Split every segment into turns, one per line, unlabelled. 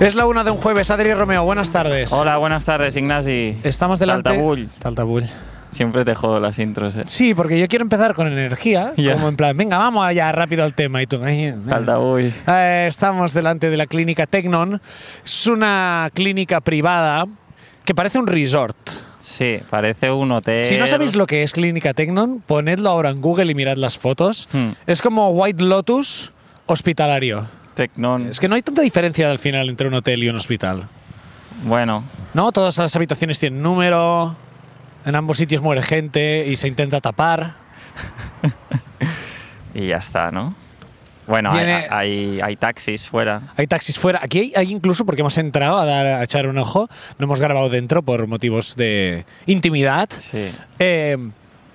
Es la una de un jueves. Adri Romeo, buenas tardes.
Hola, buenas tardes, Ignasi.
Estamos delante.
Taltabull.
Taltabull.
Siempre te jodo las intros, eh.
Sí, porque yo quiero empezar con energía.
Ya.
Como en plan, venga, vamos allá rápido al tema. Y tú. "Ay,
Taltabull.
Eh, estamos delante de la clínica Tecnon. Es una clínica privada que parece un resort.
Sí, parece un hotel.
Si no sabéis lo que es Clínica Tecnon, ponedlo ahora en Google y mirad las fotos.
Hmm.
Es como White Lotus hospitalario.
Tecnón.
Es que no hay tanta diferencia al final entre un hotel y un hospital.
Bueno,
¿No? Todas las habitaciones tienen número. En ambos sitios muere gente y se intenta tapar.
y ya está, ¿no? Bueno, hay,
Viene-
hay- hay taxis fuera.
Hay taxis fuera. Aquí hay, hay incluso, porque hemos entrado a, dar, a echar un ojo, no hemos grabado dentro por motivos de intimidad.
Sí.
Eh,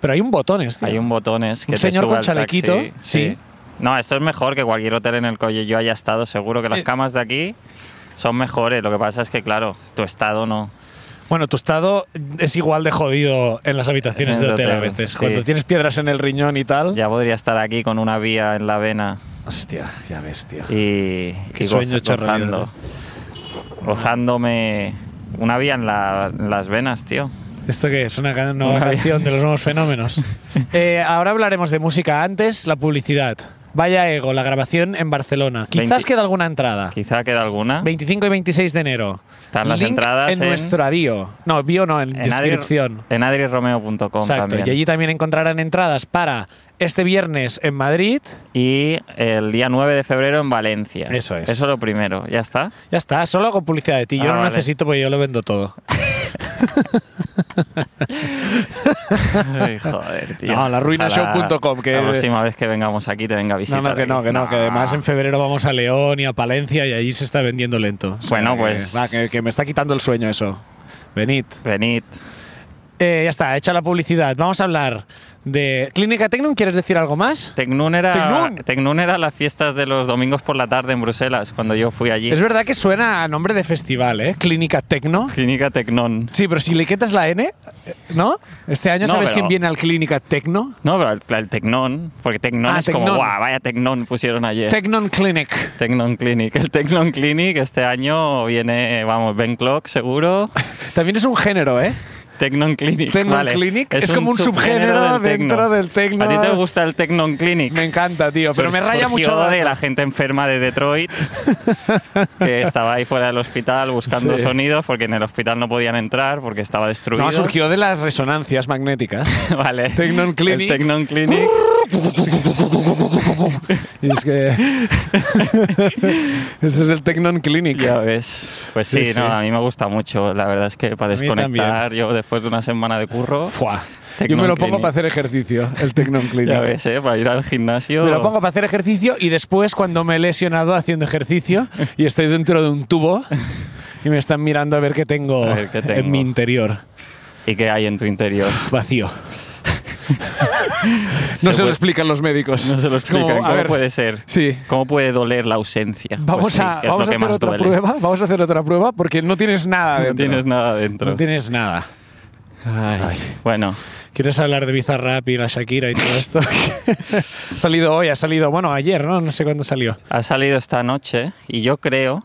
pero hay un botones, tío.
Hay un botones que
Un
te
señor
sube
con
al taxi.
chalequito, sí.
No, esto es mejor que cualquier hotel en el que yo haya estado. Seguro que las
Eh.
camas de aquí son mejores. Lo que pasa es que, claro, tu estado no.
Bueno, tu estado es igual de jodido en las habitaciones
En
de
el
hotel a
hotel,
veces.
sí.
Cuando tienes piedras en el riñón y tal.
Ya podría estar aquí con una vía en la vena
Hostia, ya ves, tío.
y,
Qué
y
sueño,
goza-
Charlie,
gozando.
¿verdad? Gozándome
una vía en, la- en las venas, tío.
¿Esto qué es? ¿Una can- nueva
Una-
canción de los nuevos fenómenos? Eh, ahora hablaremos de música. Antes, la publicidad. Vaya Ego, la grabación en Barcelona. Quizás
20.
queda alguna entrada.
Quizá queda alguna.
25 y 26 de enero.
Están las
Link
entradas
en,
en-
nuestra bio. No, bio no, en,
adri-
descripción.
en adriromeo.com
Exacto.
también.
Y allí también encontrarán entradas para este viernes en Madrid.
Y el día 9 de febrero en Valencia.
Eso es.
Eso es lo primero. ¿Ya está?
Ya está, solo hago publicidad de ti. Yo
Ah,
no
vale.
necesito porque yo lo vendo todo.
Ay, joder, tío.
No, la ruinashow.com, que-
La próxima vez que vengamos aquí te venga a
No,
visitar.
no, que no, que no, que además en febrero vamos a León y a Palencia y allí se está vendiendo lento. O sea,
Bueno,
que-
pues-
va, que, que me está quitando el sueño eso. Venid.
Venid.
Eh, ya está, hecha la publicidad. Vamos a hablar de Clínica Tecnum. ¿Quieres decir algo más?
Tecnún era,
Tecnún.
Tecnún era las fiestas de los domingos por la tarde en Bruselas, cuando yo fui allí.
Es verdad que suena a nombre de festival, ¿eh? Clínica Tecno.
Clínica Tecnón.
Sí, pero si le quitas la N, eh, ¿no? Este año,
No,
¿sabes
pero-
quién viene al Clínica Tecno?
No, pero el, el Tecnón, porque Tecnón
Ah,
es
Tecnón.
como, guau, vaya Tecnón pusieron ayer.
Tecnon Clinic.
Tecnon Clinic. El Tecnon Clinic este año viene, vamos, Ben Clock seguro.
También es un género, ¿eh?
Tecnon Clinic.
Tecnon
vale.
Clinic es como un subgénero dentro del tecno.
¿A ti te gusta el Tecnon Clinic?
Me encanta, tío, pero me
Sur-
raya
surgió
mucho.
de la gente enferma de Detroit que estaba ahí fuera del hospital buscando
Sí.
sonidos porque en el hospital no podían entrar porque estaba destruido.
No, surgió de las resonancias magnéticas.
vale.
Tecnon Clinic.
El Tecnon Clinic.
Y es que. Ese es el Tecnon Clinic.
Ya ves. Pues sí,
Sí, sí.
no, a mí me gusta mucho. La verdad es que para
A mí también.
desconectar yo después de una semana de curro.
Fuá. Yo
Tecnon
me lo pongo
Clinic.
para hacer ejercicio, el Tecnon Clinic.
Ya ves, ¿eh? Para ir al gimnasio.
Me lo pongo para hacer ejercicio y después cuando me he lesionado haciendo ejercicio y estoy dentro de un tubo y me están mirando a ver qué tengo,
A ver qué tengo.
en mi interior
¿Y qué hay en tu interior?
vacío. no se,
Se
lo
puede-
explican los médicos.
No se lo
Es como,
explican.
a
¿Cómo
ver,
puede ser?
Sí.
¿Cómo puede doler la ausencia? Pues
Vamos
sí,
a,
que
vamos
es lo
a
que
hacer
más
otra
duele.
prueba. Vamos a hacer otra prueba porque no tienes nada
No
dentro.
tienes nada dentro.
No tienes nada.
Ay. Bueno,
¿Quieres hablar de Bizarrap y la Shakira y todo esto? ha salido hoy, ha salido, bueno, ayer, ¿no? No sé cuándo salió.
ha salido esta noche y yo creo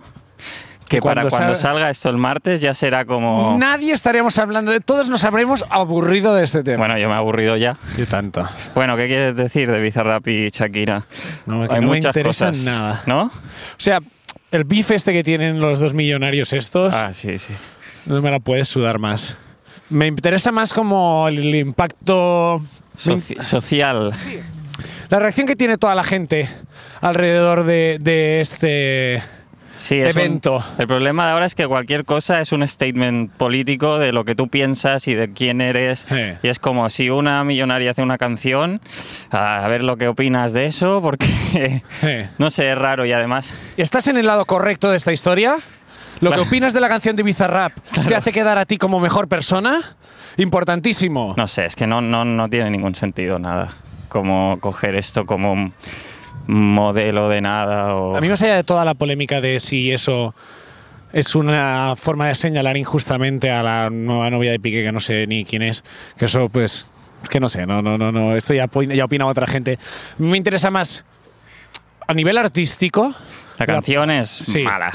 que,
Que
para
cuando
cuando
sal-
salga esto el martes ya será como...
Nadie estaremos hablando de, todos nos habremos aburrido de este tema.
Bueno, yo me he aburrido ya.
Yo tanto.
Bueno, ¿qué quieres decir de Bizarrap y Shakira?
No, que no me interesa nada.
¿No?
O sea, el beef este que tienen los dos millonarios estos,
Ah, sí, sí.
no me la puedes sudar más. Me interesa más como el, el impacto,
Soci- social.
la reacción que tiene toda la gente alrededor de, de este...
Sí, es un-
Evento.
el problema de ahora es que cualquier cosa es un statement político de lo que tú piensas y de quién eres.
Sí.
Y es como si una millonaria hace una canción, a ver lo que opinas de eso, porque
eh.
no sé, es raro y además
¿Estás en el lado correcto de esta historia? Lo que
Claro.
opinas de la canción de Bizarrap te hace quedar a ti como mejor persona? Importantísimo.
No sé, es que no, no, no tiene ningún sentido nada. Como coger esto como un modelo de nada o...
A mí más allá de toda la polémica de si eso es una forma de señalar injustamente a la nueva novia de Piqué que no sé ni quién es, que eso pues es que no sé, no no no no, esto ya opina, ya opina otra gente. Me interesa más a nivel artístico
La canción es
sí.
mala.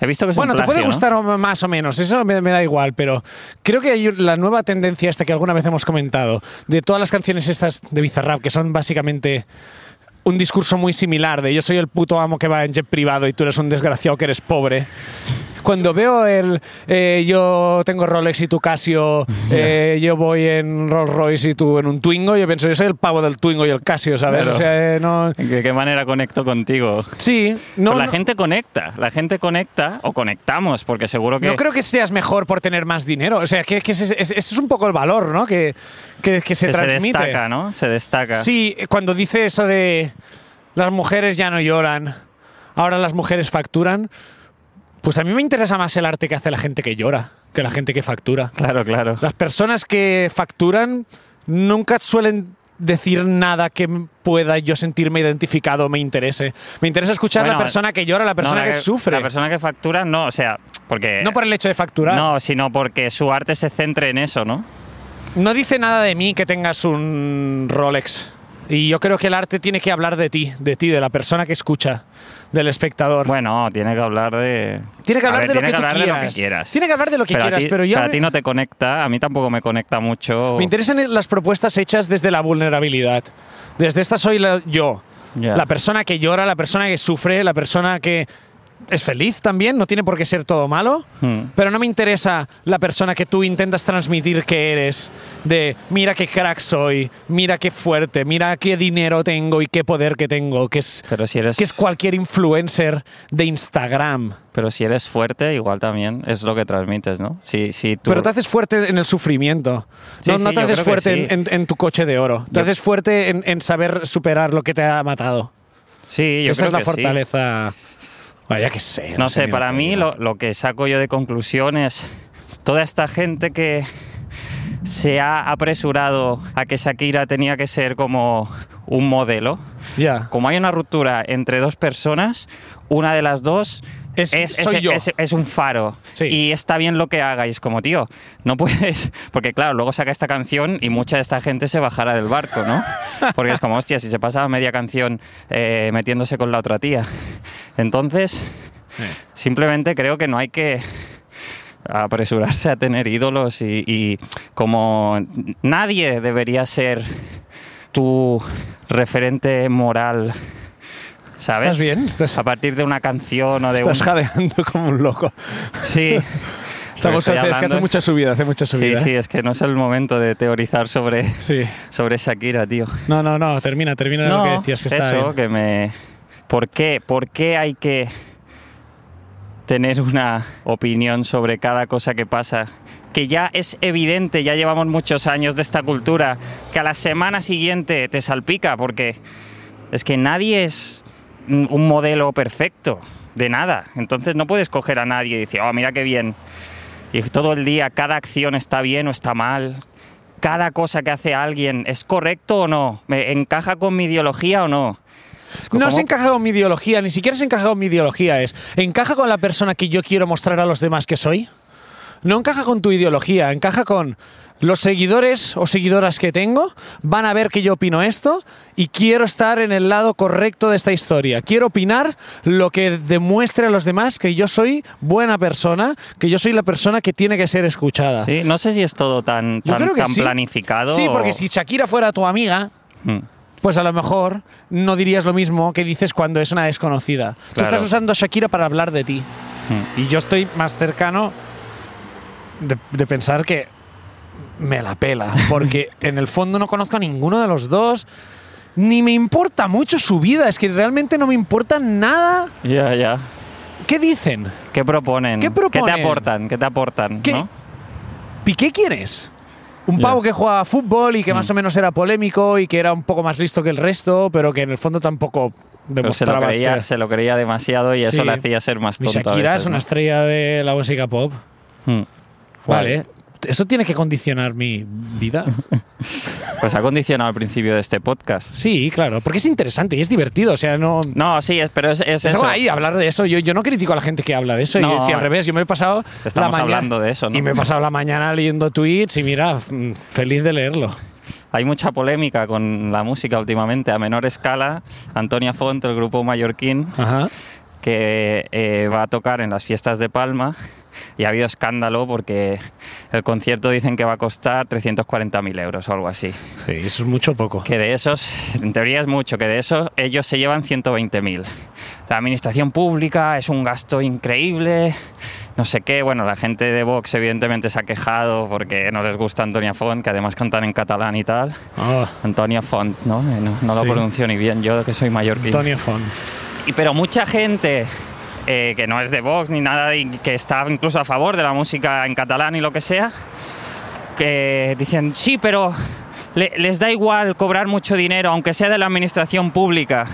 He visto que es
Bueno,
un
te
plagio,
puede
¿no?
gustar o- más o menos, eso me, me da igual, pero creo que hay la nueva tendencia esta que alguna vez hemos comentado, de todas las canciones estas de Bizarrap, que son básicamente un discurso muy similar de yo soy el puto amo que va en jet privado y tú eres un desgraciado que eres pobre. Cuando veo el eh, yo tengo Rolex y tú Casio, eh, yo voy en Rolls Royce y tú en un Twingo, yo pienso yo soy el pavo del Twingo y el Casio, ¿sabes?
Claro.
O sea, eh, no...
¿De qué manera conecto contigo?
Sí, no,
Pero la
no-
gente conecta, la gente conecta o conectamos, porque seguro que...
No creo que seas mejor por tener más dinero. O sea, que, que ese, ese- ese es un poco el valor, ¿no? Que, que- que se
que se
transmite.
destaca, ¿no? Se destaca.
Sí, cuando dice eso de las mujeres ya no lloran, ahora las mujeres facturan, pues a mí me interesa más el arte que hace la gente que llora que la gente que factura.
Claro, claro.
Las personas que facturan nunca suelen decir nada que pueda yo sentirme identificado o me interese. Me interesa escuchar la
Bueno,
persona que llora, la persona
No,
que, sufre.
La persona que factura, no, o sea, porque...
no por el hecho de facturar.
No, sino porque su arte se centre en eso, ¿no?
No dice nada de mí que tengas un Rolex. Y yo creo que el arte tiene que hablar de ti, de ti, de la persona que escucha, del espectador.
Bueno, tiene que hablar de...
tiene que
A
hablar,
ver,
de, lo
tiene
que tú
hablar de lo
quieras.
que quieras.
Tiene que hablar de lo que
pero
quieras,
a ti,
pero yo
pero a
me-
ti no te conecta, a mí tampoco me conecta mucho.
me interesan las propuestas hechas desde la vulnerabilidad. Desde esta soy la- yo,
Ya.
la persona que llora, la persona que sufre, la persona que es feliz también, no tiene por qué ser todo malo.
Hmm.
Pero no me interesa la persona que tú intentas transmitir que eres, de mira qué crack soy, mira qué fuerte, mira qué dinero tengo y qué poder que tengo, que es,
Pero si eres
que es cualquier influencer de Instagram.
pero si eres fuerte, igual también es lo que transmites, ¿no? Si, si tú-
Pero te haces fuerte en el sufrimiento.
Sí,
no,
sí,
no te
yo
haces
creo que
fuerte
sí.
en, en- en tu coche de oro. Te
Yo-
haces fuerte en, en saber superar lo que te ha matado.
sí, yo
Esa
creo
es la
que sí.
fortaleza. Vaya que sé.
No sé,
ni
para
lo que
mí
digo.
lo, lo que saco yo de conclusión es toda esta gente que se ha apresurado a que Shakira tenía que ser como un modelo.
Ya.
Como hay una ruptura entre dos personas, una de las dos
Es- soy yo.
es- es un faro.
Sí.
Y está bien lo que haga. Y es como, tío, no puedes. Porque claro, luego saca esta canción y mucha de esta gente se bajará del barco, ¿no? Porque es como, hostia, si se pasa media canción eh, metiéndose con la otra tía. Entonces, simplemente creo que no hay que apresurarse a tener ídolos y, y como nadie debería ser tu referente moral. ¿Sabes?
¿Estás bien? ¿Estás-
A partir de una canción o de
Estás
un...
jadeando como un loco.
Sí.
Estamos
Estoy
es que hace
hablando-
mucha subida, hace mucha
Sí,
subida. ¿eh?
sí, es que no es el momento de teorizar sobre,
Sí.
sobre Shakira, tío.
No, no, no, termina, termina lo
no,
que decías que está
eso,
bien.
que me... ¿Por qué? ¿Por qué hay que tener una opinión sobre cada cosa que pasa? Que ya es evidente, ya llevamos muchos años de esta cultura, que a la semana siguiente te salpica, porque es que nadie es un un modelo perfecto de nada. Entonces no puedes coger a nadie y decir, oh, mira qué bien. Y todo el día, cada acción está bien o está mal. Cada cosa que hace alguien, ¿es correcto o no? ¿Me encaja con mi ideología o no? Es
No
como-
se encaja con mi ideología, ni siquiera se encaja con mi ideología, es encaja con la persona que yo quiero mostrar a los demás que soy. No encaja con tu ideología, encaja con los seguidores o seguidoras que tengo, van a ver que yo opino esto y quiero estar en el lado correcto de esta historia. Quiero opinar lo que demuestre a los demás que yo soy buena persona, que yo soy la persona que tiene que ser escuchada.
Sí, no sé si es todo tan,
Yo
tan,
creo que
tan
sí.
planificado.
Sí, porque
o-
si Shakira fuera tu amiga,
Mm.
pues a lo mejor no dirías lo mismo que dices cuando es una desconocida. Tú
Claro.
estás usando a Shakira para hablar de ti.
Mm.
Y yo estoy más cercano de, de pensar que me la pela. Porque en el fondo no conozco a ninguno de los dos. Ni me importa mucho su vida. Es que realmente no me importa nada.
Ya, ya.
¿Qué dicen?
¿Qué proponen?
¿Qué proponen?
te aportan? ¿Qué te aportan?
¿Qué-
¿no?
¿Piqué quién es? Un
Ya. Mm.
pavo que jugaba a fútbol y que más o menos era polémico y que era un poco más listo que el resto, pero que en el fondo tampoco
Pero Pues se lo,
demostraba
creía,
ser.
se lo creía demasiado y
Sí.
eso le hacía ser más
Mi
tonto. a
Shakira
veces,
es una
¿no?
estrella de la música pop.
Mm.
Vale. ¿Eso tiene que condicionar mi vida?
Pues ha condicionado al principio de este podcast.
Sí, claro. Porque es interesante y es divertido. O sea, no.
No, sí, es- pero es, es
Es
eso.
ahí, hablar de eso. Yo, yo no critico a la gente que habla de eso. y
No.
si al revés, yo me he pasado.
Estamos
la mañana,
hablando de eso, ¿no?
Y me he pasado la mañana leyendo tweets y mira, mm, feliz de leerlo.
Hay mucha polémica con la música últimamente, a menor escala. Antonia Font, el grupo mallorquín,
Ajá.
que eh, va a tocar en las fiestas de Palma y ha habido escándalo porque el concierto dicen que va a costar 340.000 euros o algo así.
Sí, eso es mucho o poco.
Que de esos, en teoría es mucho, que de esos ellos se llevan 120.000. La administración pública es un gasto increíble, no sé qué. Bueno, la gente de Vox evidentemente se ha quejado porque no les gusta Antonia Font, que además cantan en catalán y tal.
Ah,
Antonia Font, ¿no? Eh, No, no lo
Sí.
pronuncio ni bien, yo que soy mallorquín.
Antonio Font.
Y pero mucha gente eh, que no es de Vox ni nada, y que está incluso a favor de la música en catalán y lo que sea, que dicen, sí, pero le- les da igual cobrar mucho dinero, aunque sea de la administración pública.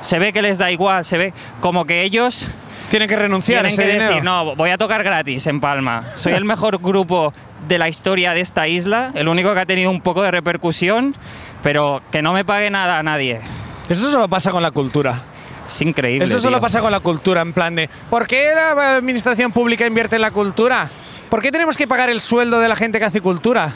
Se ve que les da igual, se ve como que ellos
Tienen que renunciar a
tienen
ese
que
dinero.
decir, no, voy a tocar gratis en Palma. Soy el mejor grupo de la historia de esta isla, el único que ha tenido un poco de repercusión, pero que no me pague nada a nadie.
Eso solo pasa con la cultura.
Es increíble.
Eso solo
tío.
pasa con la cultura, en plan de, ¿por qué la administración pública invierte en la cultura? ¿Por qué tenemos que pagar el sueldo de la gente que hace cultura?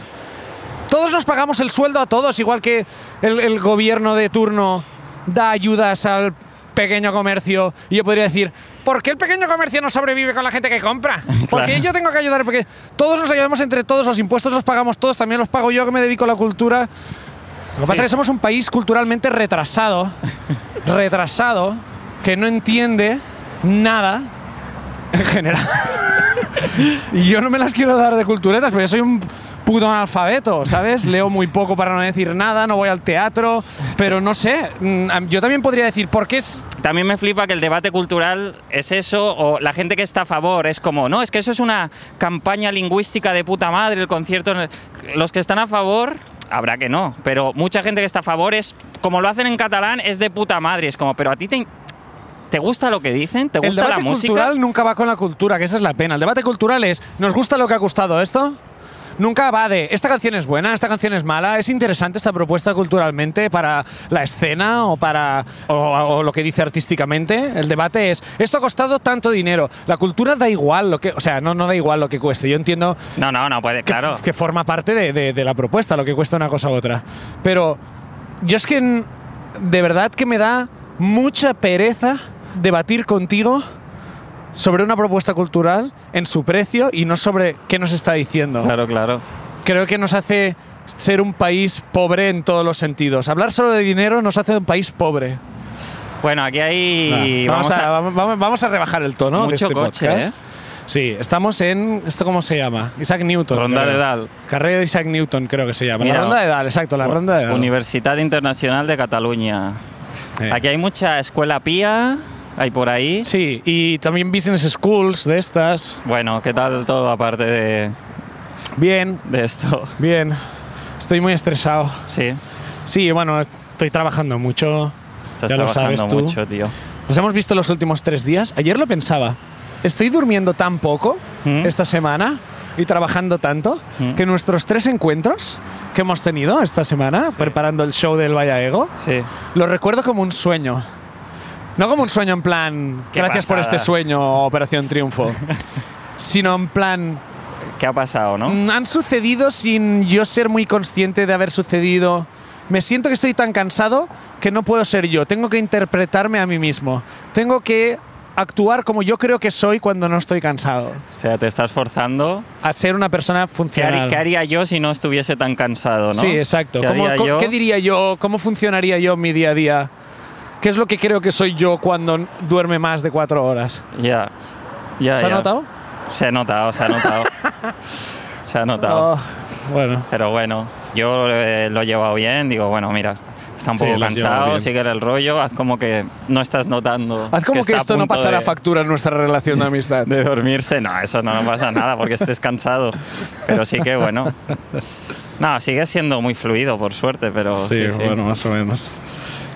Todos nos pagamos el sueldo a todos, igual que el, el gobierno de turno da ayudas al pequeño comercio. Y yo podría decir, ¿por qué el pequeño comercio no sobrevive con la gente que compra? Porque
Claro.
yo tengo que ayudar, porque todos nos ayudamos entre todos, los impuestos los pagamos todos, también los pago yo que me dedico a la cultura. Lo que pasa es
Sí.
que somos un país culturalmente retrasado, retrasado, que no entiende nada en general. y yo no me las quiero dar de culturetas, porque soy un puto analfabeto, ¿sabes? Leo muy poco para no decir nada, no voy al teatro, pero no sé. mm, am- Yo también podría decir, ¿por qué es
También me flipa que el debate cultural es eso, o la gente que está a favor es como, no, es que eso es una campaña lingüística de puta madre, el concierto. en el- Los que están a favor, habrá que no, pero mucha gente que está a favor es, como lo hacen en catalán, es de puta madre. Es como, pero a ti te, te gusta lo que dicen, te
el
gusta la
debate
música.
cultural nunca va con la cultura, que esa es la pena. El debate cultural es, ¿nos gusta lo que ha gustado esto? Nunca va de, esta canción es buena, esta canción es mala, es interesante esta propuesta culturalmente para la escena o para o, o lo que dice artísticamente. El debate es, esto ha costado tanto dinero. La cultura da igual lo que, o sea, no, no da igual lo que cueste. Yo entiendo
No, no, no puede,
que,
claro.
que forma parte de, de- de la propuesta, lo que cuesta una cosa u otra. Pero yo es que n- de verdad que me da mucha pereza debatir contigo sobre una propuesta cultural en su precio y no sobre qué nos está diciendo.
Claro, claro.
Creo que nos hace ser un país pobre en todos los sentidos. Hablar solo de dinero nos hace un país pobre.
Bueno, aquí hay.
Ah, vamos, a, vam- vam- vamos a rebajar el tono de
Mucho
este
coche,
podcast.
¿eh?
Sí, estamos en esto cómo se llama? Isaac Newton.
Ronda
creo.
de Dal.
Carrera de Isaac Newton creo que se llama.
Mira,
la ronda de Dal, exacto, la ronda de Dal.
Universidad Internacional de Cataluña.
Eh.
Aquí hay mucha escuela pía, hay por ahí.
Sí, y también business schools de estas.
Bueno, ¿qué tal todo aparte de,
Bien,
de esto?
bien. Estoy muy estresado.
Sí,
Sí, bueno, estoy trabajando mucho.
estás
Ya lo
trabajando
sabes tú.
mucho, tío.
Nos hemos visto los últimos tres días. Ayer lo pensaba. Estoy durmiendo tan poco
¿Mm?
esta semana y trabajando tanto
¿Mm?
que nuestros tres encuentros que hemos tenido esta semana preparando el show del Vaya Ego,
Sí.
lo recuerdo como un sueño. No como un sueño en plan,
Qué
gracias por
pasada.
este sueño, Operación Triunfo. sino en plan,
¿Qué ha pasado, no?
Mm, Han sucedido sin yo ser muy consciente de haber sucedido. Me siento que estoy tan cansado que no puedo ser yo. Tengo que interpretarme a mí mismo. Tengo que actuar como yo creo que soy cuando no estoy cansado.
O sea, te estás forzando.
A ser una persona
¿Qué, har-
funcional.
qué haría yo si no estuviese tan cansado, no?
Sí, exacto.
¿Qué
¿Cómo-
haría
co-
yo?
¿Qué diría yo? ¿Cómo funcionaría yo en mi día a día? ¿Qué es lo que creo que soy yo cuando n- duerme más de cuatro horas?
Ya. ya
¿Se ha
Ah, ya.
notado?
Se ha notado, se ha notado. se ha notado.
Oh, bueno.
Pero bueno, yo eh, lo he llevado bien. Digo, bueno, mira, está un
Sí,
poco
lo has llevado
cansado,
bien.
sigue el rollo, haz como que no estás notando.
Haz como que,
está a
esto no
punto
pasará
de-
factura en nuestra relación de amistad.
De dormirse, no, eso no pasa nada porque estés cansado. Pero sí que bueno. No, sigue siendo muy fluido, por suerte, pero. Sí, sí.
más o menos.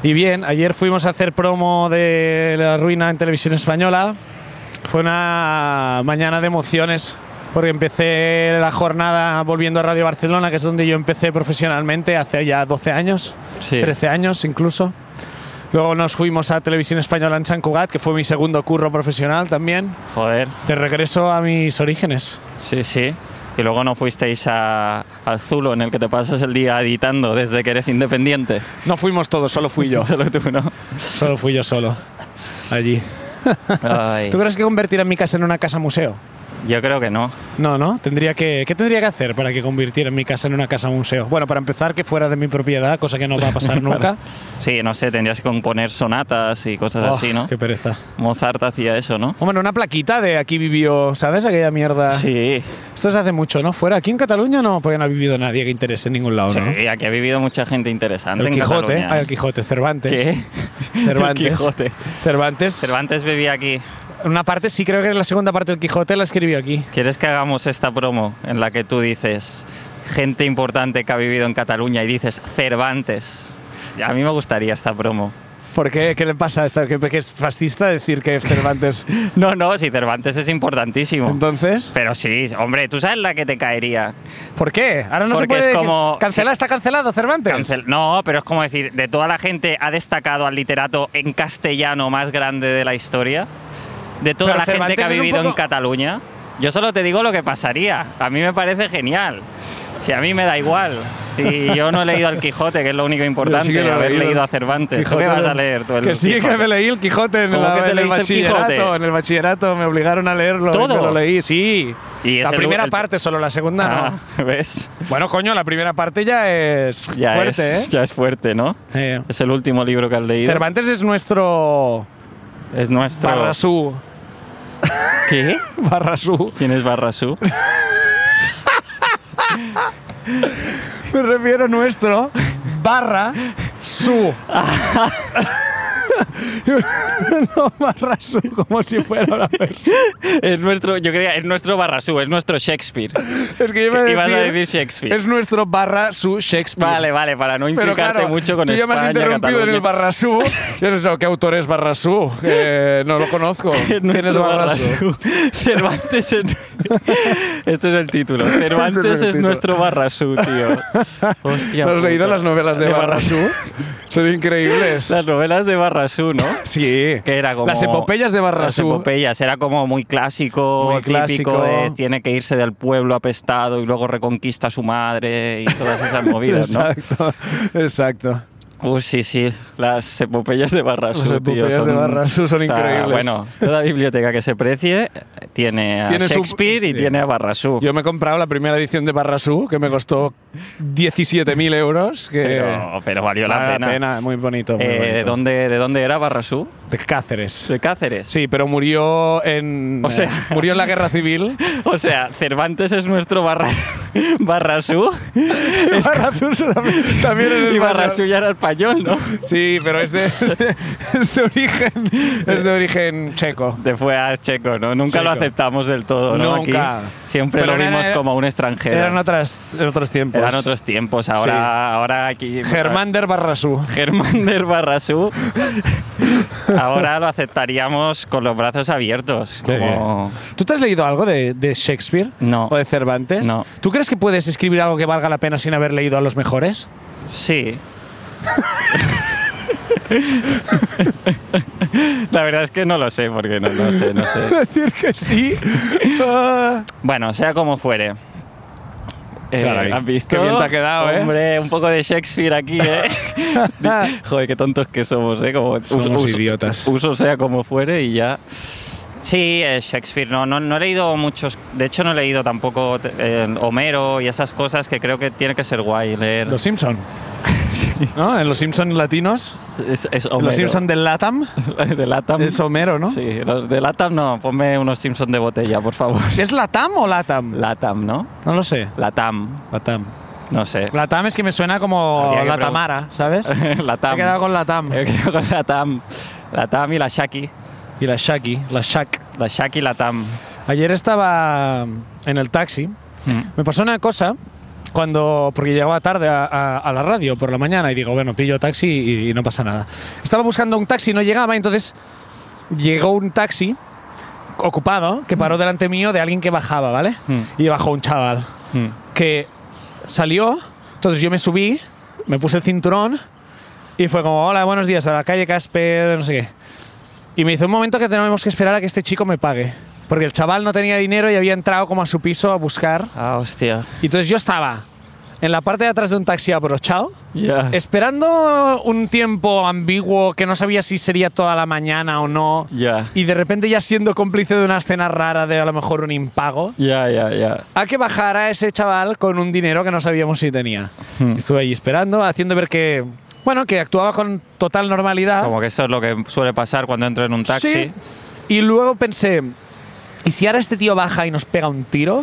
Y bien, ayer fuimos a hacer promo de La Ruina en Televisión Española. Fue una mañana de emociones, porque empecé la jornada volviendo a Radio Barcelona, que es donde yo empecé profesionalmente hace ya 12 años,
Sí.
13 años incluso. Luego nos fuimos a Televisión Española en San Cugat, que fue mi segundo curro profesional también.
Joder,
De regreso a mis orígenes.
sí, sí. Y luego no fuisteis a, al Zulo, en el que te pasas el día editando desde que eres independiente.
No fuimos todos, solo fui yo.
Solo tú, ¿no?
Solo fui yo solo allí.
Ay,
¿Tú crees que convertirán mi casa en una casa museo?
yo creo que no.
No, no. Tendría que, ¿Qué tendría que hacer para que convirtieran mi casa en una casa museo? Bueno, para empezar, que fuera de mi propiedad, cosa que no va a pasar nunca.
Sí, no sé, tendrías que componer sonatas y cosas
Oh,
así, ¿no?
Qué pereza.
Mozart hacía eso, ¿no?
Hombre, una plaquita de aquí vivió, ¿sabes? Aquella mierda.
Sí,
Esto se hace mucho, ¿no? Fuera, aquí en Cataluña no, porque no ha vivido nadie que interese en ningún lado,
sí,
¿no?
aquí ha vivido mucha gente interesante
El
en
Quijote,
Cataluña,
ah,
¿eh?
el Quijote, Cervantes.
¿Qué?
Cervantes.
El Quijote.
Cervantes.
Cervantes vivía aquí.
Una parte, sí creo que es la segunda parte del Quijote, la escribió aquí.
¿Quieres que hagamos esta promo en la que tú dices gente importante que ha vivido en Cataluña y dices Cervantes? A mí me gustaría esta promo.
¿Por qué? ¿Qué le pasa a esta? ¿Que, que es fascista decir que Cervantes?
No, no, si Cervantes es importantísimo.
Entonces,
Pero sí, hombre, tú sabes la que te caería.
¿por qué? Ahora no se
Porque es
puede...
como-
Cancelar, está cancelado Cervantes.
Cancel- No, pero es como decir, de toda la gente ha destacado al literato en castellano más grande de la historia. De toda
Pero
la gente que
Cervantes
ha
es un
vivido en
poco-
Cataluña. Yo solo te digo lo que pasaría. A mí me parece genial. Si a mí me da igual. Si yo no he leído al Quijote, que es lo único importante,
que lo he
haber
leído.
leído a Cervantes. ¿Tú qué vas a leer tú? El
que sí, que
Quijote?
me leí el Quijote en,
¿Cómo
la-
que
en
te
el
leíste el
bachillerato.
Quijote?
En el bachillerato me obligaron a leerlo. y
¿Todo?
me lo leí, sí.
Y es
la
el-
primera
el-
parte, solo la segunda
Ah, ¿Ves?
no. Bueno, coño, la primera parte ya es
Ya,
fuerte,
es,
¿eh?
ya es fuerte, ¿no?
Eh,
Es el último libro que has leído.
Cervantes es nuestro
Es nuestro.
Barrasú.
¿Qué?
Barrasú.
¿Quién es Barrasú?
Me refiero a nuestro barra su. no, barra su, como si fuera una persona.
Es nuestro, yo creía, es nuestro Barrasú, es nuestro Shakespeare.
Es que yo iba a
Y
decir,
vas a decir Shakespeare.
Es nuestro barra su Shakespeare.
Vale, vale, para no
Pero
implicarte
claro,
mucho con
tú ya me has
España,
interrumpido en
Cataluña.
el Barrasú. Yo no sé qué autor es Barrasú. Eh, no lo conozco.
Es
¿Quién es
nuestro
Barrasú?
Barrasú. Cervantes es... Esto es el título.
Este es
Cervantes
el
es
título.
nuestro Barrasú, tío. Hostia
¿No has
puta.
leído las novelas de,
Barra-
Barrasú? Son increíbles.
Las novelas de Barrasú, ¿no?
Sí.
Que era como...
Las epopeyas de Barrasú.
Las epopeyas. Era como muy clásico,
Muy
típico
clásico.
de tiene que irse del pueblo apestado y luego reconquista a su madre y todas esas movidas, ¿no?
Exacto, exacto.
Uh, sí, sí, las epopeyas de Barrasú,
Las
tío,
epopeyas de Barrasú son increíbles.
Bueno, toda biblioteca que se precie tiene a
Tiene su-
Shakespeare y
sí.
tiene a Barrasú.
Yo me he comprado la primera edición de Barrasú, que me costó 17.000 euros. Que
pero, pero valió la
vale
pena.
muy bonito. muy
Eh, ¿de,
bonito.
dónde, ¿De dónde era Barrasú?
De Cáceres.
De Cáceres.
Sí, pero murió en. eh,
O sea-
murió en la guerra civil.
O sea, Cervantes es nuestro barra, Barrasú
Barrasú también, también es
y
español.
Barrasú ya era español, ¿no?
Sí, pero es de, es de origen. Es de origen checo.
Te fue a Checo, ¿no? Nunca lo
Checo.
aceptamos del todo, ¿no?
Nunca.
Aquí siempre
Pero
lo
era-
vimos
era-
como un extranjero.
Eran otras, otros tiempos.
Eran otros tiempos, ahora,
Sí.
ahora aquí...
Germán der Barrasú.
Germán del Barrasú. Ahora lo aceptaríamos con los brazos abiertos.
Qué
Como...
¿Tú te has leído algo de, de Shakespeare?
No.
¿O de Cervantes?
No.
¿Tú crees que puedes escribir algo que valga la pena sin haber leído a los mejores?
Sí. La verdad es que no lo sé, porque no lo sé, no sé.
Decir que sí. Ah.
Bueno, sea como fuere. Eh,
Caray,
¿Has visto?
qué bien te ha quedado, ¿eh?
Hombre, un poco de Shakespeare aquí, ¿eh?
Ah.
Joder, qué tontos que somos, ¿eh? Como,
Somos idiotas.
Uso sea como fuere y ya. Sí, eh, Shakespeare. No, no, no he leído muchos. De hecho, no he leído tampoco te- eh, Homero y esas cosas que creo que tiene que ser guay leer.
Los Simpson. ¿No? En los Simpson latinos.
es, es
En
Homero.
los Simpson del Latam.
de Latam.
Es Homero, ¿no?
Sí, los de Latam no. Ponme unos Simpson de botella, por favor.
¿Es Latam o Latam?
Latam, ¿no?
no lo sé.
Latam.
Latam.
No sé.
Latam es que me suena como
Habría que
la Tamara, ¿sabes? Me
Latam.
he quedado con Latam.
Yo creo con la TAM. La TAM y la Shaki.
Y la Shaki, la Shak.
La Shaki y la TAM.
Ayer estaba en el taxi.
Mm.
Me pasó una cosa cuando, porque llegaba tarde a, a- a la radio por la mañana y digo, bueno, pillo taxi y, y no pasa nada. Estaba buscando un taxi, no llegaba, entonces llegó un taxi ocupado que paró delante mío de alguien que bajaba, ¿vale?
Mm.
Y bajó un chaval que salió, entonces yo me subí, me puse el cinturón y fue como, hola, buenos días, a la calle Casper, no sé qué. Y me dice un momento que tenemos que esperar a que este chico me pague. Porque el chaval no tenía dinero y había entrado como a su piso a buscar.
Ah, hostia.
Y entonces yo estaba en la parte de atrás de un taxi abrochado,
Ya.
esperando un tiempo ambiguo que no sabía si sería toda la mañana o no,
Ya.
y de repente ya siendo cómplice de una escena rara de a lo mejor un impago.
Ya, ya, ya.
a que bajara ese chaval con un dinero que no sabíamos si tenía.
Hmm.
Estuve allí esperando, haciendo ver que, bueno, que actuaba con total normalidad.
Como que eso es lo que suele pasar cuando entro en un taxi.
¿Ah? Sí. Y luego pensé, ¿y si ahora este tío baja y nos pega un tiro?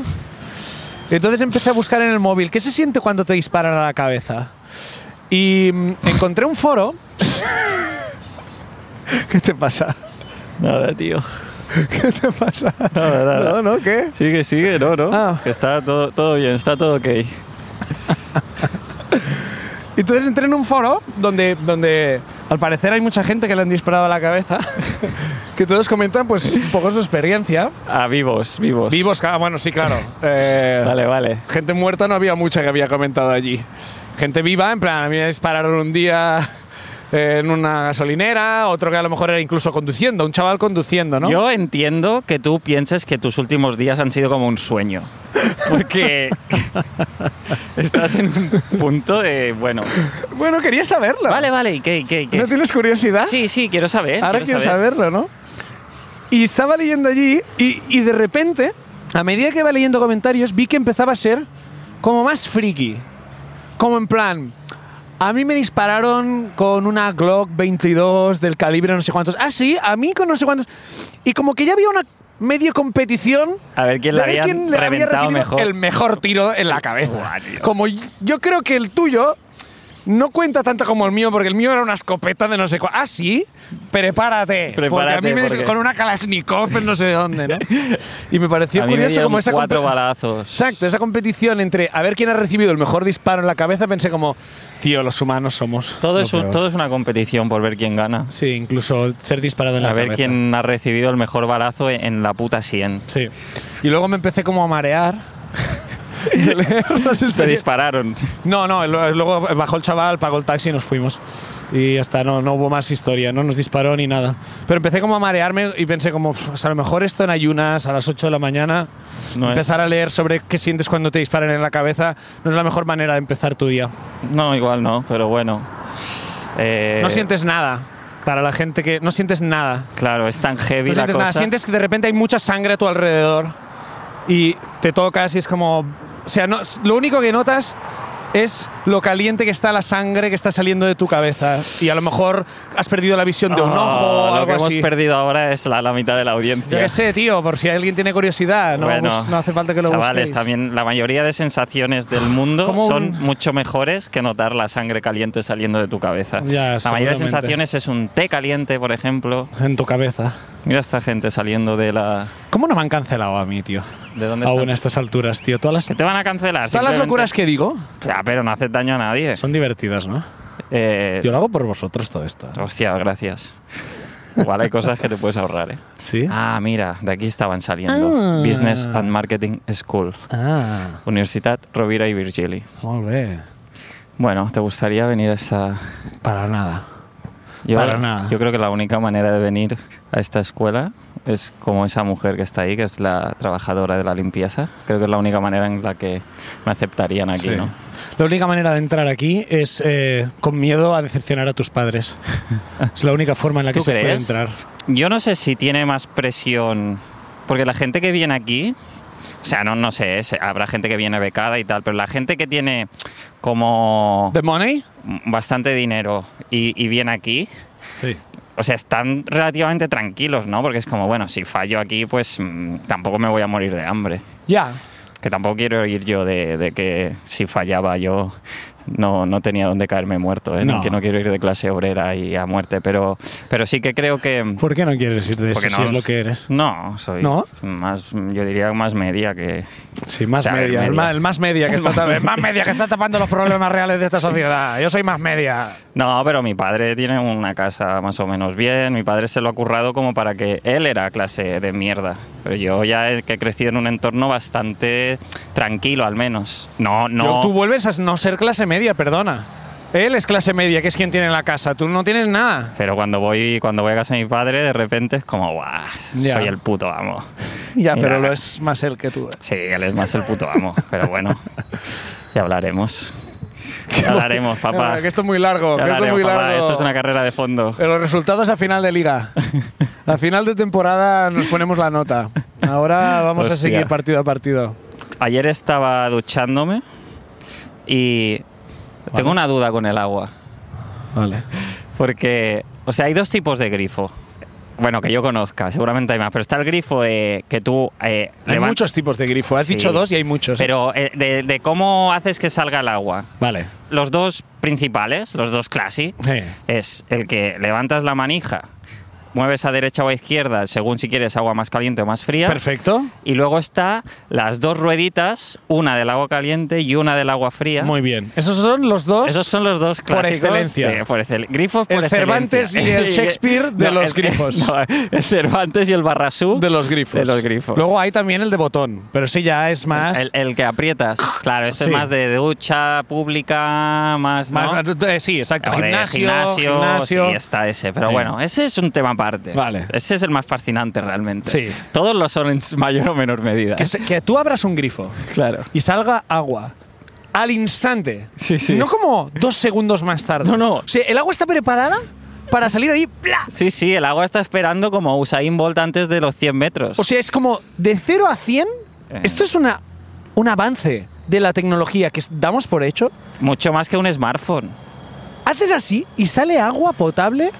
Entonces empecé a buscar en el móvil, ¿qué se siente cuando te disparan a la cabeza? Y mm, encontré un foro. ¿Qué te pasa?
Nada, tío.
¿Qué te pasa?
Nada, nada.
No, no, ¿qué?
Sigue, sigue, no, no.
Ah.
Que está todo, todo bien, está todo ok.
Y Entonces entré en un foro donde, donde al parecer hay mucha gente que le han disparado a la cabeza, que todos comentan pues un poco su experiencia.
Ah, vivos, vivos.
Vivos, claro, bueno, sí, claro. Eh,
Vale, vale.
Gente muerta no había mucha que había comentado allí. Gente viva, en plan, a mí me dispararon un día eh, en una gasolinera, otro que a lo mejor era incluso conduciendo, un chaval conduciendo, ¿no?
Yo entiendo que tú pienses que tus últimos días han sido como un sueño. Porque estás en un punto de, bueno.
Bueno, quería saberlo.
Vale, vale, ¿y qué, y qué, y qué?
¿No tienes curiosidad?
Sí, sí, quiero saber.
Ahora quiero saberlo, ¿no? Y estaba leyendo allí y, y de repente, a medida que iba leyendo comentarios, vi que empezaba a ser como más friki. Como en plan, a mí me dispararon con una Glock 22 del calibre no sé cuántos. Ah, sí, a mí con no sé cuántos. Y como que ya había una medio competición
A ver quién
de
la
ver
había
quién le había
reventado
recibido
mejor.
el mejor tiro en la cabeza.
Buah, tío.
como y- yo creo que el tuyo no cuenta tanto como el mío, porque el mío era una escopeta de no sé cuál. Ah, sí, prepárate. porque a
Prepárate,
mí me
porque-
dice con una Kalashnikov en no sé dónde, ¿no? Y me pareció
a mí me
curioso
dieron
como esa
cuatro
compe-
balazos.
Exacto, esa competición entre a ver quién ha recibido el mejor disparo en la cabeza, pensé como, tío, los humanos somos.
Todo,
Lo
es un-
peor.
todo es una competición por ver quién gana.
Sí, incluso ser disparado en la
A ver
cabeza.
quién ha recibido el mejor balazo en en la puta 100.
Sí.
Y luego me empecé como a marear. de leer las
Te
experiencias.
dispararon.
No, no, lo- luego bajó el chaval, pagó el taxi y nos fuimos. Y hasta no, no hubo más historia, no nos disparó ni nada.
Pero empecé como a marearme y pensé como, "Uf, o sea, a lo mejor esto en ayunas a las 8 de la mañana,
No
empezar
es-
a leer sobre qué sientes cuando te disparan en la cabeza, no es la mejor manera de empezar tu día.
No, igual no, pero bueno. Eh,
No sientes nada. Para la gente que no sientes nada.
Claro, es tan
No
heavy la
sientes
cosa.
nada. Sientes que de repente hay mucha sangre a tu alrededor y te tocas y es como... O sea, no, lo único que notas es lo caliente que está la sangre que está saliendo de tu cabeza. Y a lo mejor has perdido la visión de un
Ah,
ojo o
Lo
algo
que hemos
así.
perdido ahora es la, la mitad de la
Yo
audiencia.
qué sé, tío, por si alguien tiene curiosidad, no,
Bueno,
bus- no hace falta que lo
Chavales,
busquéis.
también la mayoría de sensaciones del mundo
Como
son
un-
mucho mejores que notar la sangre caliente saliendo de tu cabeza.
Ya,
la mayoría de
seguramente.
sensaciones es un té caliente, por ejemplo.
En tu cabeza.
Mira esta gente saliendo de la.
¿Cómo no me han cancelado a mí, tío?
¿De dónde
Aún
están?
a estas alturas, tío. Todas
Que
las
te van a cancelar.
Todas las
simplemente.
locuras que digo,
Ah, pero no haces daño a nadie.
son divertidas, ¿no?
Eh,
Yo lo hago por vosotros todo esto.
Hostia, gracias. Igual hay cosas que te puedes ahorrar, ¿eh?
¿Sí?
Ah, mira, de aquí estaban saliendo.
Ah.
Business and Marketing School.
Ah,
Universitat Rovira y Virgili.
muy bien.
Bueno, ¿te gustaría venir a esta...?
Para nada.
Yo,
Para nada.
Yo creo que la única manera de venir a esta escuela es como esa mujer que está ahí, que es la trabajadora de la limpieza. Creo que es la única manera en la que me aceptarían aquí,
Sí.
¿no?
La única manera de entrar aquí es eh, con miedo a decepcionar a tus padres. es la única forma en la que
¿Tú
se puede
crees?
entrar.
Yo no sé si tiene más presión, porque la gente que viene aquí, o sea, no, no sé, eh, se- habrá gente que viene becada y tal, pero la gente que tiene como
The Money,
bastante dinero y, y viene aquí,
Sí.
o sea, están relativamente tranquilos, ¿no? Porque es como, bueno, si fallo aquí, pues mm, tampoco me voy a morir de hambre.
ya.
Que tampoco quiero ir yo de, de que si fallaba yo no, no tenía dónde caerme muerto, ¿eh?
No.
Que no quiero ir de clase obrera y a muerte, pero, pero sí que creo que...
¿Por qué no quieres ir de eso
Porque
si
no-
es lo que eres?
No, soy
¿No?
más, yo diría más media que...
Sí, más
O sea, a ver,
media.
El
media.
más, el más media que
El
está
más
tap- el más media que está tapando los problemas reales de esta sociedad. Yo soy más media.
No, pero mi padre tiene una casa más o menos bien, mi padre se lo ha currado como para que él era clase de mierda, pero yo ya he, que he crecido en un entorno bastante tranquilo al menos. No,
Yo-
no...
tú vuelves a no ser clase media, perdona. Él es clase media, que es quien tiene la casa. Tú no tienes nada.
Pero cuando voy, cuando voy a casa de mi padre, de repente es como, guau,
Ya.
soy el puto amo.
Ya,
pero
pero lo
lo
es más él que tú.
Sí, él es más el puto amo, pero bueno. Ya hablaremos. Ya hablaremos, papá.
que esto es muy largo.
Ya
que esto es
hablaremos,
muy
papá.
largo.
Esto es una carrera de fondo.
Pero Los resultados a final de liga. A final de temporada nos ponemos la nota. Ahora vamos a
Hostia.
seguir partido a partido.
Ayer estaba duchándome y tengo una duda con el agua.
Vale.
Porque, o sea, hay dos tipos de grifo. Bueno, que yo conozca, seguramente hay más. Pero está el grifo de que tú eh,
Hay
levan-
muchos tipos de grifo. Has
Sí.
dicho dos y hay muchos.
Pero eh, de, de cómo haces que salga el agua.
Vale.
Los dos principales, los dos clasi,
Sí.
es el que levantas la manija, mueves a derecha o a izquierda, según si quieres agua más caliente o más fría.
Perfecto.
Y luego está las dos rueditas, una del agua caliente y una del agua fría.
Muy bien. Esos son los dos.
Esos son los dos
Por
clásicos.
excelencia.
de- por excel- grifos por
El
excelencia.
Cervantes y el Shakespeare de los
el-
grifos.
no, el Cervantes y el Barrasú.
de los grifos.
de los grifos.
Luego hay también el de botón. Pero sí ya es más.
el, el que aprietas. Claro, ese
Sí.
es más de ducha pública, más. ¿no?
más- eh, sí, exacto.
O de
Gimnasio.
gimnasio,
gimnasio.
sí, está ese. Pero
Sí.
bueno, ese es un tema aparte.
Vale.
Ese es el más fascinante realmente.
Sí.
Todos lo son en mayor o menor medida.
que, se- que tú abras un grifo
Claro.
y salga agua. Al instante.
Sí, sí.
No como dos segundos más tarde.
No, no.
O sea, el agua está preparada para salir ahí. ¡pla!
Sí, sí, el agua está esperando como Usain Bolt antes de los 100 metros.
O sea, es como de 0 a 100.
Eh.
Esto es una, un avance de la tecnología que damos por hecho.
Mucho más que un smartphone.
Haces así y sale agua potable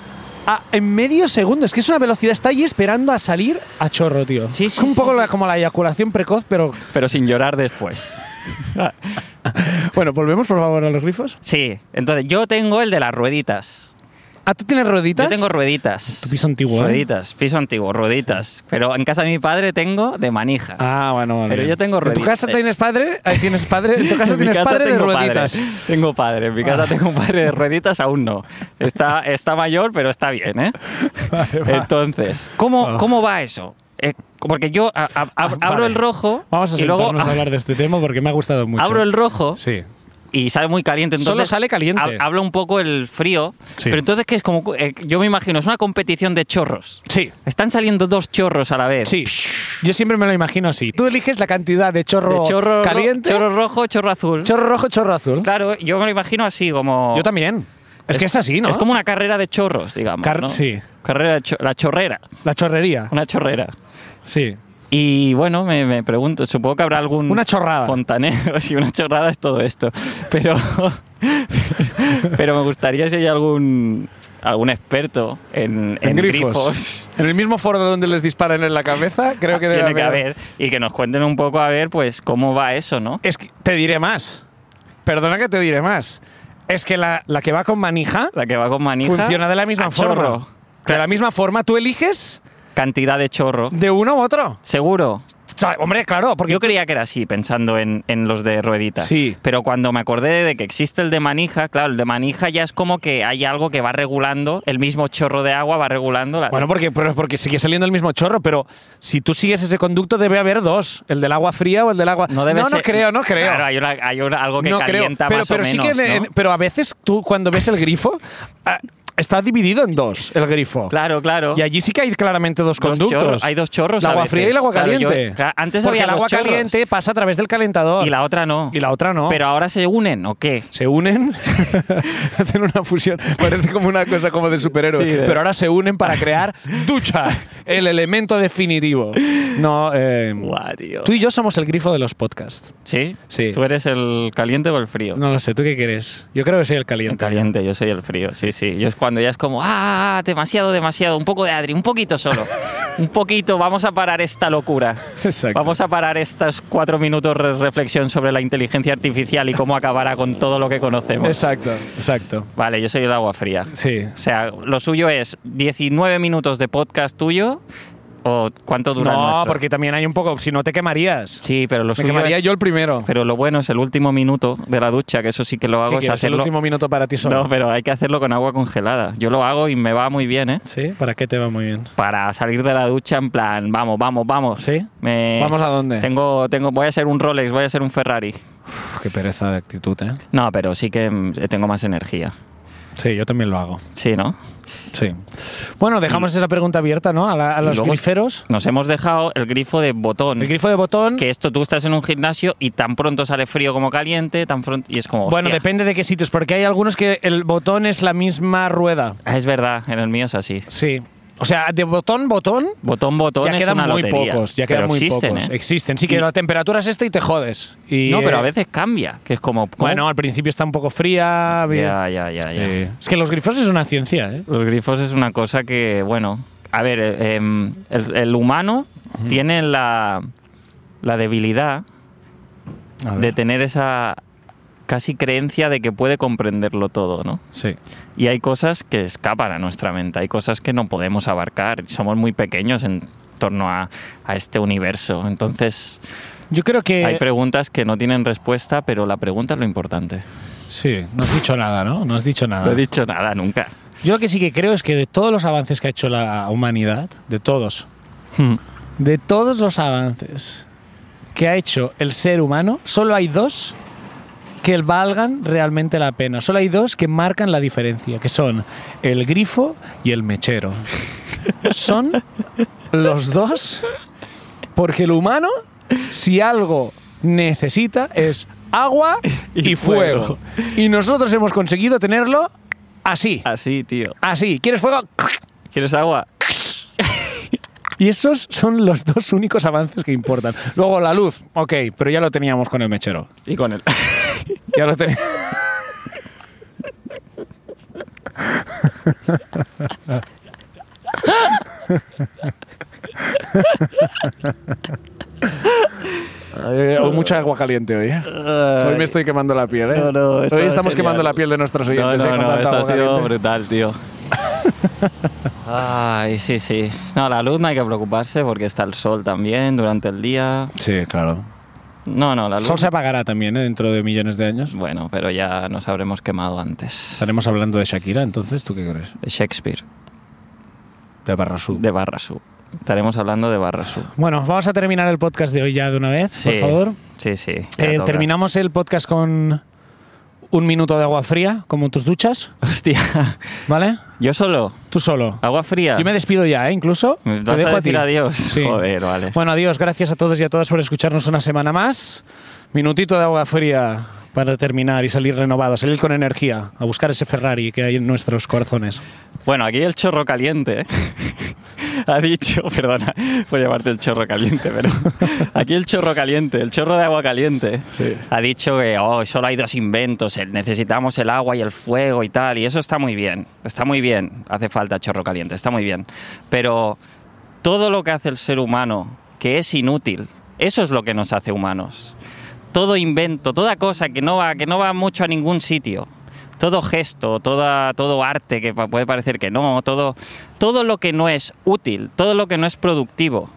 a- en medio segundo. Es que es una velocidad. Está ahí esperando a salir a chorro, tío.
Sí,
es
sí,
un
sí,
poco
sí.
la- como la eyaculación precoz, pero
Pero sin llorar después.
bueno, volvemos por favor a los grifos.
Sí, entonces yo tengo el de las rueditas.
Ah, ¿tú tienes rueditas?
Yo tengo rueditas.
Tu piso antiguo, ¿eh?
Rueditas, piso antiguo, rueditas. Pero en casa de mi padre tengo de manija.
Ah, bueno, bueno.
Pero yo tengo
En tu
rueditas.
casa tienes padre, ahí tienes padre, en tu casa
En mi
tienes
casa
padre de
tengo
rueditas.
padre. Tengo padre. En mi
Ah.
casa tengo un padre de rueditas, aún no. Está, está mayor, pero está bien, ¿eh? Entonces, ¿cómo,
Ah.
¿cómo va eso? Eh, porque yo a- a- ab- abro
vale.
el rojo
Vamos a
y luego
sentarnos a hablar de este tema porque me ha gustado mucho.
abro el rojo
Sí.
y sale muy caliente. Entonces,
Solo sale caliente.
hab- Habla un poco el frío.
Sí.
Pero entonces, que es como. eh, yo me imagino, es una competición de chorros.
Sí.
Están saliendo dos chorros a la vez.
Sí.
Yo siempre me lo imagino así. Tú eliges la cantidad de
De
chorro,
chorro, ro-
caliente,
chorro rojo, chorro azul.
chorro rojo, chorro azul.
Claro, yo me lo imagino así, como.
Yo también. Es, que es así, ¿no?
Es como una carrera de chorros, digamos.
Car-
¿no?
sí.
Carrera de cho- la chorrera.
la chorrería.
Una chorrera.
Sí.
Y bueno, me, me pregunto, supongo que habrá algún.
Una chorrada.
Fontanero, si una chorrada es todo esto. Pero. pero me gustaría si hay algún. algún experto en,
En
en
grifos.
grifos.
En el mismo foro donde les disparan en la cabeza, creo que debe
Tiene que haber. Y que nos cuenten un poco, a ver, pues, cómo va eso, ¿no?
Es que te diré más. Perdona que te diré más. Es que la, la que va con manija,
La que va con manija.
funciona de la misma
a
forma.
chorro.
De la misma forma, tú eliges
Cantidad de chorro.
de uno u otro.
Seguro.
O sea, hombre, claro, porque
Yo creía que era así, pensando en, en los de rueditas.
Sí.
Pero cuando me acordé de que existe el de manija, claro, el de manija ya es como que hay algo que va regulando, el mismo chorro de agua va regulando. La,
Bueno, porque, pero porque sigue saliendo el mismo chorro, pero si tú sigues ese conducto debe haber dos, el del agua fría o el del agua.
debe
no,
ser-
no creo, no creo.
Claro, hay, una- hay una- algo que
no creo.
calienta
Pero,
más
pero
o
sí
menos.
que en-
¿no?
en- pero a veces tú cuando ves el grifo ah, está dividido en dos el grifo.
Claro, claro.
Y allí sí que hay claramente dos,
Dos
conductos.
chorros, hay dos chorros
El
a
agua
veces.
fría y el agua
Claro, yo-
caliente.
claro, antes
Porque
había
el
dos
agua
chorros.
caliente pasa a través del calentador.
Y la otra no.
Y la otra no.
Pero ahora se unen, ¿o qué?
se unen, hacen una fusión. Parece como una cosa como de superhéroes.
Sí, de-
Pero ahora se unen para crear ducha, el elemento definitivo. No, eh,
Guau, tío.
tú y yo somos el grifo de los podcasts.
¿Sí?
Sí.
¿Tú eres el caliente o el frío?
No lo sé, ¿tú qué quieres? Yo creo que soy el
El
caliente.
caliente, yo soy el frío, sí, sí. Yo es cuando ya es como, ah, demasiado, demasiado, un poco de Adri, un poquito solo. un poquito, vamos a parar esta locura.
Exacto.
Vamos a parar estos cuatro minutos de reflexión sobre la inteligencia artificial y cómo acabará con todo lo que conocemos.
Exacto, exacto.
Vale, yo soy el agua fría.
Sí.
O sea, lo suyo es 19 minutos de podcast tuyo o cuánto dura el
No,
nuestro?
porque también hay un poco, si no te quemarías.
Sí, pero lo
Me
suyo
quemaría
es-
yo el primero.
Pero lo bueno es el último minuto de la ducha, que eso sí que lo
¿Qué
hago, es
quieres, el
hacerlo...
último minuto para ti solo.
No, pero hay que hacerlo con agua congelada. Yo lo hago y me va muy bien, ¿eh?
¿Sí? ¿Para qué te va muy bien?
Para salir de la ducha en plan, vamos, vamos, vamos.
¿Sí?
Me-
¿Vamos a dónde?
Tengo, tengo, voy a ser un Rolex, voy a ser un Ferrari.
Uf, qué pereza de actitud, ¿eh?
No, pero sí que mm, tengo más energía.
Sí, yo también lo hago.
Sí, ¿no?
Sí. Bueno, dejamos esa pregunta abierta, ¿no? A, la- a
Mm. Y
los
luego-
griferos.
Nos hemos dejado el grifo de botón.
El grifo de botón.
que esto tú estás en un gimnasio y tan pronto sale frío como caliente, tan pronto y es como
Bueno,
hostia.
depende de qué sitios, porque hay algunos que el botón es la misma rueda.
Ah, Es verdad, en el mío es así.
Sí. O sea, de botón, botón,
Botón botón
ya
es
quedan
una
muy
lotería.
pocos. Ya quedan
Pero
muy
existen,
pocos.
¿eh?
Existen. Sí, que
Y-
la temperatura es esta y te jodes. Y,
No, pero a
eh,
veces cambia, que es como ¿cómo?
Bueno, al principio está un poco fría. bien.
ya, ya, ya, ya.
Sí. Es que los grifos es una ciencia, ¿eh?
Los grifos es una cosa que, bueno, a ver, eh, em, el, el humano tiene la, la debilidad
A ver.
de tener esa casi creencia de que puede comprenderlo todo, ¿no?
Sí.
Y hay cosas que escapan a nuestra mente, hay cosas que no podemos abarcar, somos muy pequeños en torno a, a este universo. Entonces,
Yo creo que.
hay preguntas que no tienen respuesta, pero la pregunta es lo importante.
Sí, no has dicho nada, ¿no? No has dicho nada.
No he dicho nada nunca.
Yo lo que sí que creo es que de todos los avances que ha hecho la humanidad, de todos, Hmm. de todos los avances que ha hecho el ser humano, solo hay dos que valgan realmente la pena. Solo hay dos que marcan la diferencia, que son el grifo y el mechero. Son los dos porque el humano, si algo necesita, es agua y,
Y
fuego.
fuego.
Y nosotros hemos conseguido tenerlo así.
Así, tío.
Así. ¿Quieres fuego?
¿Quieres agua?
Y esos son los dos únicos avances que importan. Luego la luz, ok, pero ya lo teníamos con el mechero.
Y con él.
Ya lo teníamos. o Eh, oh, mucha agua caliente hoy. ¿eh? Hoy me estoy quemando la piel, ¿eh?
No, no, está
hoy estamos
genial.
quemando la piel de nuestros
No,
oyentes. ¿eh?
no,
con
no,
tanta
esto ha
agua
sido
caliente.
brutal, tío. Ay, sí, sí. No, la luz no hay que preocuparse porque está el sol también durante el día.
Sí, claro.
No, no, la
El
luz.
sol se apagará también ¿eh? dentro de millones de años.
Bueno, pero ya nos habremos quemado antes.
Estaremos hablando de Shakira, entonces, ¿tú qué crees?
De Shakespeare,
De Barrasú.
de Barrasú. Estaremos hablando de Barrasú.
Bueno, vamos a terminar el podcast de hoy ya de una vez,
Sí,
por favor.
Sí, sí. ya
Eh,
toca.
terminamos el podcast con un minuto de agua fría, como tus duchas,
Hostia,
¿vale?
yo solo.
Tú solo.
Agua fría.
Yo me despido Ah, ya, ¿eh? Incluso.
¿Me
Te
vas
dejo
a
a ti.
decir adiós?
Sí.
Joder, vale.
Bueno, adiós. Gracias a todos y a todas por escucharnos una semana más. Minutito de agua fría para terminar y salir renovado, salir con energía, a buscar ese Ferrari que hay en nuestros corazones.
Bueno, aquí el chorro caliente ¿eh? ha dicho, perdona por llamarte el chorro caliente, pero aquí el chorro caliente, el chorro de agua caliente, ha dicho que oh, solo hay dos inventos, el- necesitamos el agua y el fuego y tal, y eso está muy bien, está muy bien, hace falta chorro caliente, está muy bien, pero todo lo que hace el ser humano, que es inútil, eso es lo que nos hace humanos. Todo invento, toda cosa que no va, que no va mucho a ningún sitio, todo gesto, toda, todo arte que pa- puede parecer que no, todo, todo lo que no es útil, todo lo que no es productivo,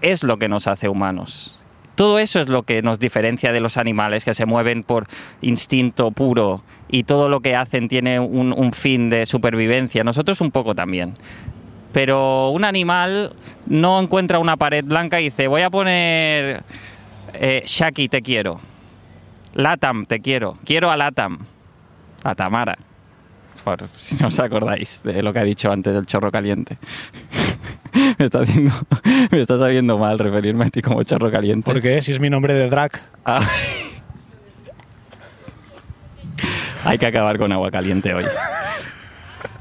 es lo que nos hace humanos. Todo eso es lo que nos diferencia de los animales que se mueven por instinto puro y todo lo que hacen tiene un, un fin de supervivencia. Nosotros un poco también pero un animal no encuentra una pared blanca y dice, voy a poner eh, Shaki, te quiero. Latam, te quiero. Quiero a Latam. A Tamara. Por si no os acordáis de lo que ha dicho antes del chorro caliente. me, está haciendo, me está sabiendo mal referirme a ti como chorro caliente.
Porque si es mi nombre de drag,
Ah. Hay que acabar con agua caliente hoy.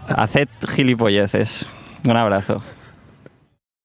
Haced gilipolleces. Un abrazo.